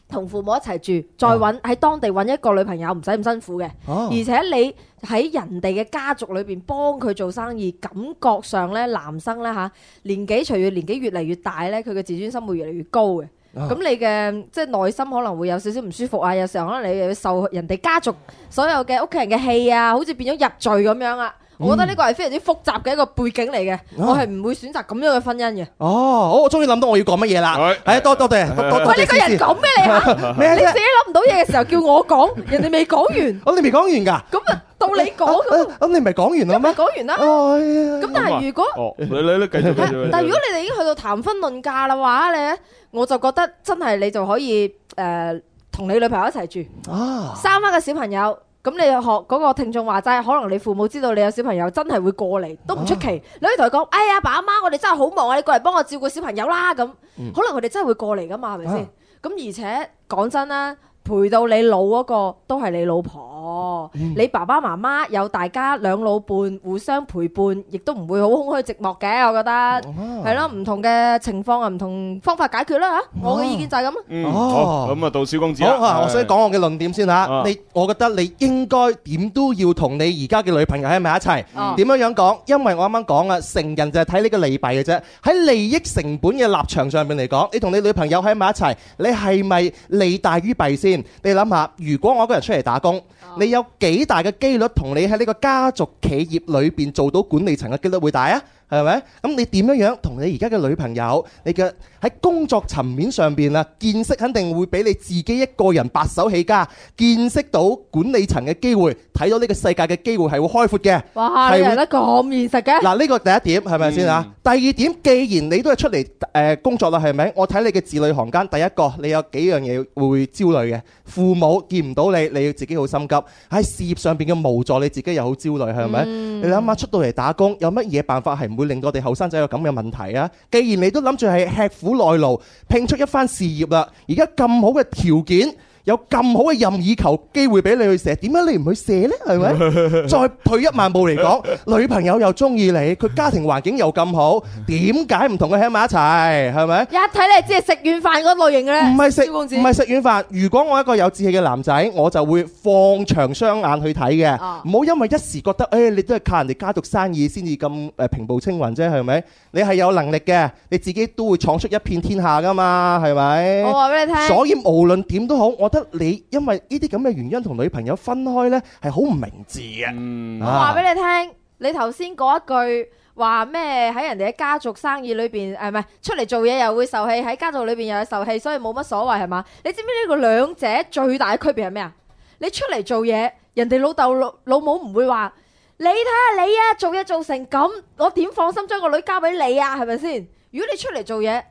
[SPEAKER 4] 同父母一齊住，再揾喺當地揾一個女朋友，唔使咁辛苦嘅。
[SPEAKER 3] 哦
[SPEAKER 4] 而且你喺人哋嘅家族裏邊幫佢做生意，感覺上咧男生咧嚇年紀隨住年紀越嚟越大咧，佢嘅自尊心會越嚟越高嘅。
[SPEAKER 3] 啊
[SPEAKER 4] 咁你嘅即係內心可能會有少少唔舒服啊，有時候可能你又要受人哋家族所有嘅屋企人嘅氣啊，好似變咗入罪咁樣啊！我覺得呢個係非常之複雜嘅一個背景嚟嘅，
[SPEAKER 2] 哦
[SPEAKER 4] 我係唔會選擇咁樣嘅婚姻嘅。
[SPEAKER 3] 哦，我我終於諗到我要講乜嘢啦！
[SPEAKER 2] 係
[SPEAKER 3] 係多多謝多多
[SPEAKER 2] 啊
[SPEAKER 4] 喂，
[SPEAKER 3] 謝
[SPEAKER 4] 呢個人
[SPEAKER 3] 詩詩
[SPEAKER 4] 咁嘅你 嚇，
[SPEAKER 3] 咩
[SPEAKER 4] 你啊自己？
[SPEAKER 3] 啫
[SPEAKER 4] 諗唔到嘢嘅時候叫我講，人哋未講完，
[SPEAKER 3] 我你未講完㗎？
[SPEAKER 4] 咁啊到你講， 咁
[SPEAKER 3] 咁咁你唔係講完
[SPEAKER 4] 咁
[SPEAKER 3] 啦
[SPEAKER 2] 啊
[SPEAKER 4] 咪
[SPEAKER 3] 咩？
[SPEAKER 4] 講完啦。
[SPEAKER 3] 哎呀
[SPEAKER 4] 咁但係如果
[SPEAKER 2] 係。哦，你你你繼續繼續。
[SPEAKER 4] 但係如果你哋已經去到談婚論嫁啦話咧，我就覺得真係你就可以誒同、你女朋友一齊住，
[SPEAKER 3] 啊！
[SPEAKER 4] 生翻個小朋友。咁你學嗰個聽眾話齋，可能你父母知道你有小朋友，真係會過嚟，都唔出奇。你可以同佢講：哎呀，爸阿媽，我哋真係好忙啊，你過嚟幫我照顧小朋友啦。咁、可能佢哋真係會過嚟噶嘛，係咪先
[SPEAKER 3] 啊？
[SPEAKER 4] 咁、而且講真啦，陪到你老嗰個都係你老婆，你爸爸媽媽有大家兩老伴互相陪伴，亦都唔會好空虛寂寞嘅，我覺得。啊
[SPEAKER 3] 啊
[SPEAKER 4] 係咯，唔同嘅情況啊，唔同方法解決啦嚇。我嘅意見就係咁啦。
[SPEAKER 2] 嗯，
[SPEAKER 3] 哦
[SPEAKER 2] 好，咁啊，到小公子
[SPEAKER 3] 好
[SPEAKER 2] 啦
[SPEAKER 3] 啊！我想講我嘅論點先嚇
[SPEAKER 2] 啊，
[SPEAKER 3] 你我覺得你應該點都要同你而家嘅女朋友喺埋一齊。
[SPEAKER 4] 哦
[SPEAKER 3] 點樣樣講？因為我啱啱講啊，成人就係睇呢個利弊嘅啫。喺利益成本嘅立場上面嚟講，你同你女朋友喺埋一齊，你係咪利大於弊先？你諗下，如果我一個人出嚟打工，
[SPEAKER 4] 哦
[SPEAKER 3] 你有幾大嘅機率同你喺呢個家族企業裏邊做到管理層嘅機率會大啊？係咪？咁你點樣樣同你而家嘅女朋友，你嘅喺工作層面上邊啊，見識肯定會比你自己一個人白手起家見識到管理層嘅機會，睇到呢個世界嘅機會係會開闊嘅。
[SPEAKER 4] 哇，你
[SPEAKER 3] 係
[SPEAKER 4] 嚟
[SPEAKER 3] 會
[SPEAKER 4] 得咁現實嘅，
[SPEAKER 3] 嗱，呢個第一點係咪先啊？第二點，既然你都係出嚟誒、呃工作啦，係咪？我睇你嘅字裏行間，第一個你有幾樣嘢會焦慮嘅，父母見唔到你，你要自己好心急；喺事業上邊嘅無助，你自己又好焦慮，係咪？你諗下出到嚟打工，有乜嘢辦法係唔會令到我哋後生仔有咁嘅問題啊？既然你都諗住係吃苦耐勞，拼出一番事業啦，而家咁好嘅條件。有咁好嘅任意球機會俾你去射，點解你唔去射呢？係咪？再退一萬步嚟講，女朋友又中意你，佢家庭環境又咁好，點解唔同佢喺埋一齊？係咪？
[SPEAKER 4] 一睇你知係食完飯嗰類型嘅咧。
[SPEAKER 3] 唔係食
[SPEAKER 4] 蕭公子
[SPEAKER 3] 唔係食軟飯。如果我一個有志氣嘅男仔，我就會放長雙眼去睇嘅，
[SPEAKER 4] 哦
[SPEAKER 3] 唔好因為一時覺得，誒你都係靠人哋家族生意先至咁誒平步青雲啫，係咪？你係有能力嘅，你自己都會闖出一片天下㗎嘛，係咪？
[SPEAKER 4] 我話俾你聽，
[SPEAKER 3] 所以無論點都好，我覺得你因為呢啲咁嘅原因同女朋友分開呢，係好唔明智嘅。
[SPEAKER 2] 嗯
[SPEAKER 4] 我話俾你聽，你頭先嗰一句。話咩喺人哋嘅家族生意裏邊，誒唔係出嚟做嘢又會受氣，喺家族裏邊又有受氣，所以冇乜所謂係嘛？你知唔知呢個兩者最大嘅區別係咩啊？你出嚟做嘢，人哋老豆老老母唔會話你睇下你啊，做嘢做成咁，我點放心將個女交俾你啊？係咪先？如果你出嚟做嘢，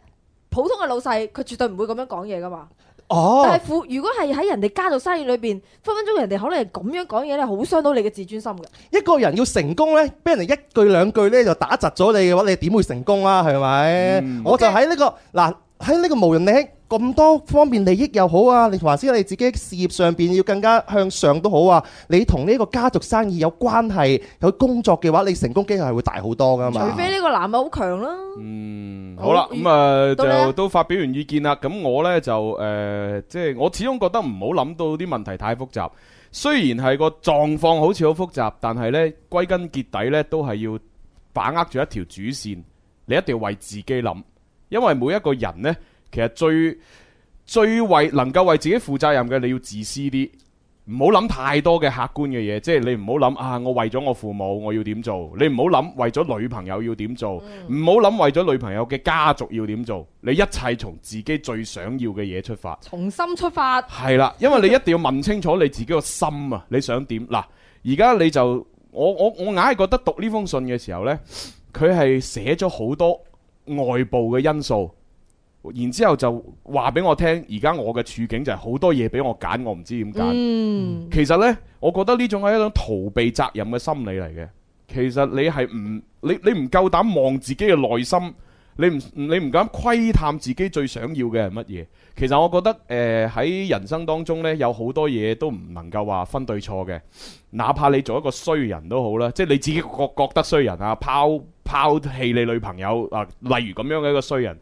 [SPEAKER 4] 普通嘅老細佢絕對唔會咁樣講嘢噶嘛。但
[SPEAKER 3] 哦
[SPEAKER 4] 係，父如果係喺人哋家族生意裏邊，分分鐘人哋可能係咁樣講嘢咧，好傷到你嘅自尊心嘅。
[SPEAKER 3] 一個人要成功呢，俾人哋一句兩句呢就打窒咗你嘅話，你點會成功啊？係咪？我就喺呢、個嗱喺呢個無論你喺咁多方面利益又好啊，你還是你自己事業上邊要更加向上都好啊。你同呢個家族生意有關係、有工作嘅話，你成功機會係會大好多噶嘛。
[SPEAKER 2] 啊
[SPEAKER 4] 除非呢個男嘅好強啦，
[SPEAKER 2] 嗯，好啦，
[SPEAKER 4] 好
[SPEAKER 2] 咁啊
[SPEAKER 4] 到你啊
[SPEAKER 2] 就都發表完意見啦。咁我呢，就誒，即係我始終覺得唔好諗到啲問題太複雜。雖然係個狀況好似好複雜，但係呢，歸根結底呢，都係要把握住一條主線，你一定要為自己諗，因為每一個人呢，其實最最為能夠為自己負責任嘅，你要自私啲。唔好諗太多嘅客觀嘅嘢，即係你唔好諗啊！我為咗我父母我要點做，你唔好諗為咗女朋友要點做，唔好諗為咗女朋友嘅家族要點做，你一切從自己最想要嘅嘢出發。
[SPEAKER 4] 從心出發。
[SPEAKER 2] 係啦，因為你一定要問清楚你自己個心啊，你想點？嗱，而家你就我我我硬係覺得讀呢封信嘅時候呢，佢係寫咗好多外部嘅因素，然之後就話俾我聽，而家我嘅處境就係好多嘢俾我揀，我唔知點揀。
[SPEAKER 4] 嗯，
[SPEAKER 2] 其實呢，我覺得呢種係一種逃避責任嘅心理嚟嘅。其實你係唔你你唔夠膽望自己嘅內心，你唔你唔敢窺探自己最想要嘅係乜嘢。其實我覺得誒喺、人生當中呢，有好多嘢都唔能夠話分對錯嘅。哪怕你做一個衰人都好啦，即係你自己覺覺得衰人啊，拋拋棄你女朋友啊，例如咁樣嘅一個衰人，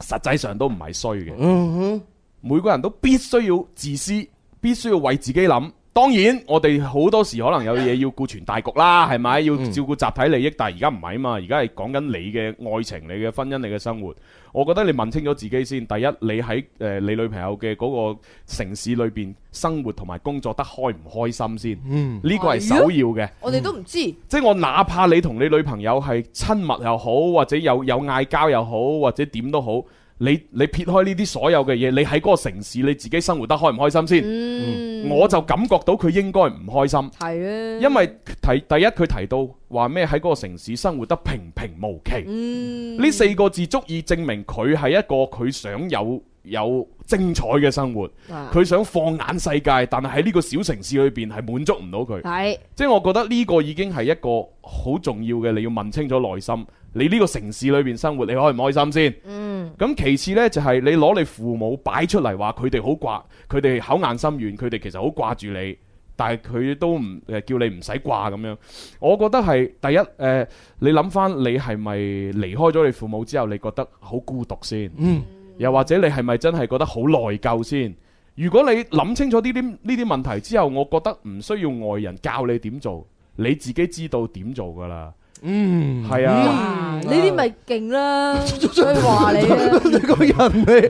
[SPEAKER 2] 實際上都唔係衰嘅。
[SPEAKER 3] 嗯
[SPEAKER 2] 每個人都必須要自私，必須要為自己諗。當然，我哋好多時可能有嘢要顧全大局 啦，係咪？要
[SPEAKER 3] 嗯
[SPEAKER 2] 照顧集體利益，但係而家唔係啊嘛，而家係講緊你嘅愛情、你嘅婚姻、你嘅生活。我覺得你問清楚自己先。第一，你喺誒、呃你女朋友嘅嗰個城市裏邊生活同埋工作得開唔開心先？
[SPEAKER 3] 嗯
[SPEAKER 2] 呢個係首要嘅。
[SPEAKER 4] 我哋都唔知。
[SPEAKER 2] 即係我哪怕你同你女朋友係親密又好，或者有有嗌交又好，或者點都好，你你撇開呢啲所有嘅嘢，你喺嗰個城市你自己生活得開唔開心先？
[SPEAKER 4] 嗯，
[SPEAKER 2] 我就感覺到佢應該唔開心，
[SPEAKER 4] 係啊，
[SPEAKER 2] 因為提第一佢提到話咩喺嗰個城市生活得平平無奇，
[SPEAKER 4] 嗯
[SPEAKER 2] 呢四個字足以證明佢係一個佢想有有精彩嘅生活，
[SPEAKER 4] 啊
[SPEAKER 2] 佢想放眼世界，但係喺呢個小城市裏邊係滿足唔到佢。
[SPEAKER 4] 係
[SPEAKER 2] 即係我覺得呢個已經係一個好重要嘅，你要問清楚內心，你呢個城市裏邊生活，你開唔開心先？
[SPEAKER 4] 嗯
[SPEAKER 2] 咁其次呢，就係、你攞你父母擺出嚟話佢哋好掛，佢哋口硬心軟，佢哋其實好掛住你，但係佢都唔誒叫你唔使掛咁樣。我覺得係第一誒、呃你諗翻你係咪離開咗你父母之後，你覺得好孤獨先？
[SPEAKER 3] 嗯，
[SPEAKER 2] 又或者你係咪真係覺得好內疚先？如果你諗清楚呢啲呢啲問題之後，我覺得唔需要外人教你點做，你自己知道點做㗎啦。
[SPEAKER 3] 嗯，
[SPEAKER 2] 係啊，
[SPEAKER 4] 哇呢啲咪勁 啦，所以話你啊，
[SPEAKER 3] 你 個人你
[SPEAKER 4] 喂，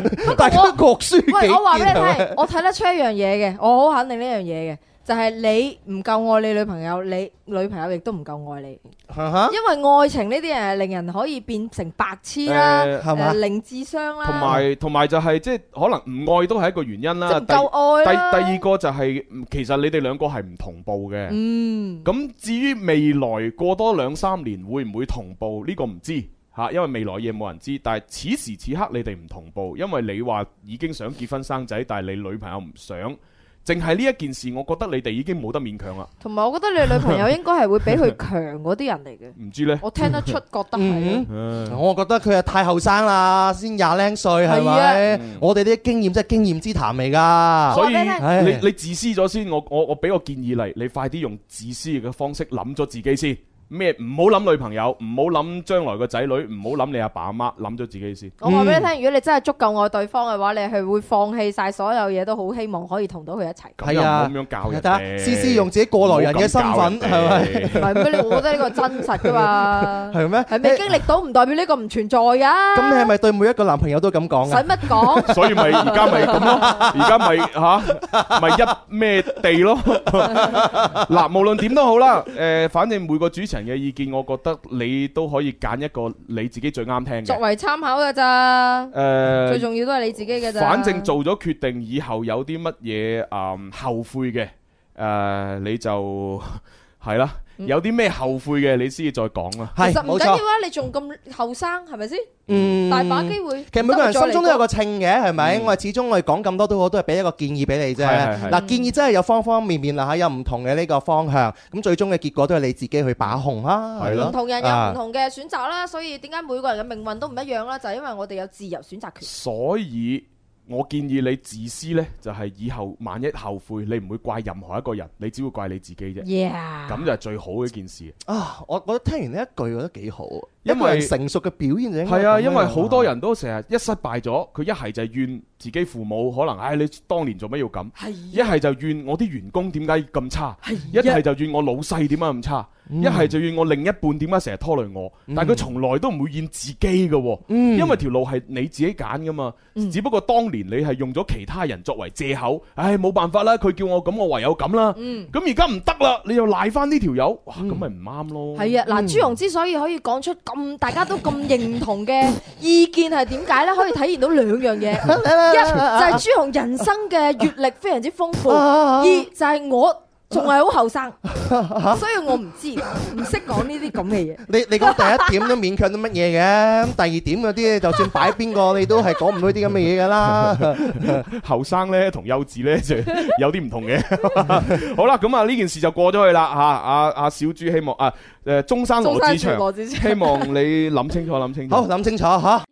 [SPEAKER 4] 不過
[SPEAKER 3] 大家
[SPEAKER 4] 我。
[SPEAKER 3] 各抒己
[SPEAKER 4] 喂，
[SPEAKER 3] 見
[SPEAKER 4] 我話俾你
[SPEAKER 2] 啊
[SPEAKER 3] 係咪
[SPEAKER 4] 聽，我睇得出一樣嘢嘅，我好肯定呢樣嘢嘅，就係、你唔夠愛你女朋友，你女朋友亦都唔夠愛你，
[SPEAKER 3] 哈
[SPEAKER 2] 啊
[SPEAKER 3] 哈
[SPEAKER 4] 因為愛情呢啲嘢係令人可以變成白痴啦，
[SPEAKER 2] 誒
[SPEAKER 3] 係嘛
[SPEAKER 4] 誒零智商啦，
[SPEAKER 2] 同埋同埋就係即係可能唔愛都係一個原因
[SPEAKER 4] 就
[SPEAKER 2] 啦。
[SPEAKER 4] 唔
[SPEAKER 2] 第
[SPEAKER 4] 夠愛
[SPEAKER 2] 第
[SPEAKER 4] 啦
[SPEAKER 2] 第二個就係嗯其實你哋兩個係唔同步嘅。
[SPEAKER 4] 嗯，
[SPEAKER 2] 咁至於未來過多兩三年會唔會同步呢、個唔知嚇，因為未來嘢冇人知。但係此時此刻你哋唔同步，因為你話已經想結婚生仔，但係你女朋友唔想，淨係呢一件事，我覺得你哋已經冇得勉強啦。
[SPEAKER 4] 同埋我覺得你女朋友應該係會比佢強嗰啲人嚟 嘅，
[SPEAKER 2] 唔知呢？
[SPEAKER 4] 我聽得出覺得係啊
[SPEAKER 3] 嗯。我覺得佢係太後生啦，先廿零歲係咪？我哋啲經驗真係經驗之談嚟㗎。
[SPEAKER 2] 嗯所以
[SPEAKER 4] 話俾你聽
[SPEAKER 3] 唉
[SPEAKER 2] 你你自私咗先，我我我俾個建議你，你快啲用自私嘅方式諗咗自己先。咩唔好諗女朋友，唔好諗將來個仔女，唔好諗你阿爸阿媽，諗咗自己先。
[SPEAKER 4] 我話俾你聽，如果你真係足夠愛對方嘅話，你係會放棄晒所有嘢，都好希望可以同到佢一 齊。
[SPEAKER 2] 咁又
[SPEAKER 3] 係
[SPEAKER 2] 唔
[SPEAKER 3] 啊
[SPEAKER 2] 好咁樣教人
[SPEAKER 3] 睇下
[SPEAKER 2] 哋。
[SPEAKER 3] 思思用自己過來人嘅身份係，
[SPEAKER 2] 咪？
[SPEAKER 4] 唔係咩？你我覺得呢個真實噶嘛
[SPEAKER 3] 係咩？
[SPEAKER 4] 係未經歷到唔代表呢個唔存在
[SPEAKER 3] 誒
[SPEAKER 4] 噶。
[SPEAKER 3] 咁你係咪對每一個男朋友都咁講
[SPEAKER 4] 使
[SPEAKER 3] 啊？
[SPEAKER 4] 乜 講？
[SPEAKER 2] 所以咪而家咪咁 咯，而家咪吓咪一咩地咯。嗱，無論點都好啦，誒，反正每個主持人人嘅意見，我覺得你都可以揀一個你自己最啱聽
[SPEAKER 4] 作
[SPEAKER 2] 嘅。
[SPEAKER 4] 為參考嘅咋，最
[SPEAKER 2] 誒，
[SPEAKER 4] 重要都係你自己嘅咋。
[SPEAKER 2] 反正做咗決定以後有啲乜嘢誒後悔嘅，誒你就 係啦，有啲咩後悔嘅你先至再講啦。
[SPEAKER 4] 其
[SPEAKER 3] 係
[SPEAKER 4] 實唔
[SPEAKER 3] 冇
[SPEAKER 4] 緊要
[SPEAKER 3] 錯，
[SPEAKER 4] 啊，你仲咁後生係咪先？
[SPEAKER 3] 嗯，
[SPEAKER 4] 大把機會。
[SPEAKER 3] 其實每個人心中都有
[SPEAKER 4] 個
[SPEAKER 3] 個稱嘅，係咪？我哋始終我哋講咁多都好，都係俾一個建議俾你啫。
[SPEAKER 2] 係係係
[SPEAKER 3] 嗱，建議真係有方方面面啦，嚇有唔同嘅呢個方向。咁最終嘅結果都係你自己去把控啦。
[SPEAKER 2] 係咯
[SPEAKER 4] 唔同人有
[SPEAKER 3] 啊
[SPEAKER 4] 唔同嘅選擇啦，所以點解每個人嘅命運都唔一樣啦？就係因為我哋有自由選擇權。
[SPEAKER 2] 所以我建議你自私呢，就係以後萬一後悔，你唔會怪任何一個人，你只會怪你自己啫。
[SPEAKER 4] Yeah，
[SPEAKER 2] 咁就係最好嘅一件事。
[SPEAKER 3] 啊，我覺得聽完呢一句，覺得幾好。
[SPEAKER 2] 因為
[SPEAKER 3] 一個人成熟嘅表現就應該
[SPEAKER 2] 係啊，
[SPEAKER 3] 咁樣
[SPEAKER 2] 因為好多
[SPEAKER 3] 啊
[SPEAKER 2] 人都成日一失敗咗，佢一係就怨自己父母，可能唉、你當年做乜要咁；一係就怨我啲員工點解咁差；一係就怨我老細點解咁差；
[SPEAKER 3] 嗯
[SPEAKER 2] 一係就怨我另一半點解成日拖累我。但係佢從來都唔會怨自己嘅喎，嗯
[SPEAKER 3] 嗯
[SPEAKER 2] 因為條路係你自己揀噶嘛。只不過當年你係用咗其他人作為借口，唉、冇辦法啦，佢叫我咁，我唯有咁啦。
[SPEAKER 4] 嗯 Ừ.
[SPEAKER 2] 咁而家唔得啦，你又賴翻呢條友，哇咁咪唔啱咯。
[SPEAKER 4] 係啊，嗱，朱容之所以可以講出咁大家都咁認同嘅意見係點解呢？可以體現到兩樣嘢，一 就係朱容人生嘅閲歷非常之豐富，二就係我仲係好後生，所以我唔知唔識講呢啲咁嘅嘢。
[SPEAKER 3] 你你講第一點都勉強到乜嘢嘅，咁第二點嗰啲就算擺邊個你都係講唔到啲咁嘅嘢㗎啦。
[SPEAKER 2] 後生咧同幼稚咧就 有啲唔同嘅。 好啦，咁啊呢件事就過咗去啦嚇。阿阿小啊豬希望啊誒中山羅志祥，
[SPEAKER 4] 志
[SPEAKER 2] 希望你諗清楚諗清楚。
[SPEAKER 3] 好，諗清楚嚇。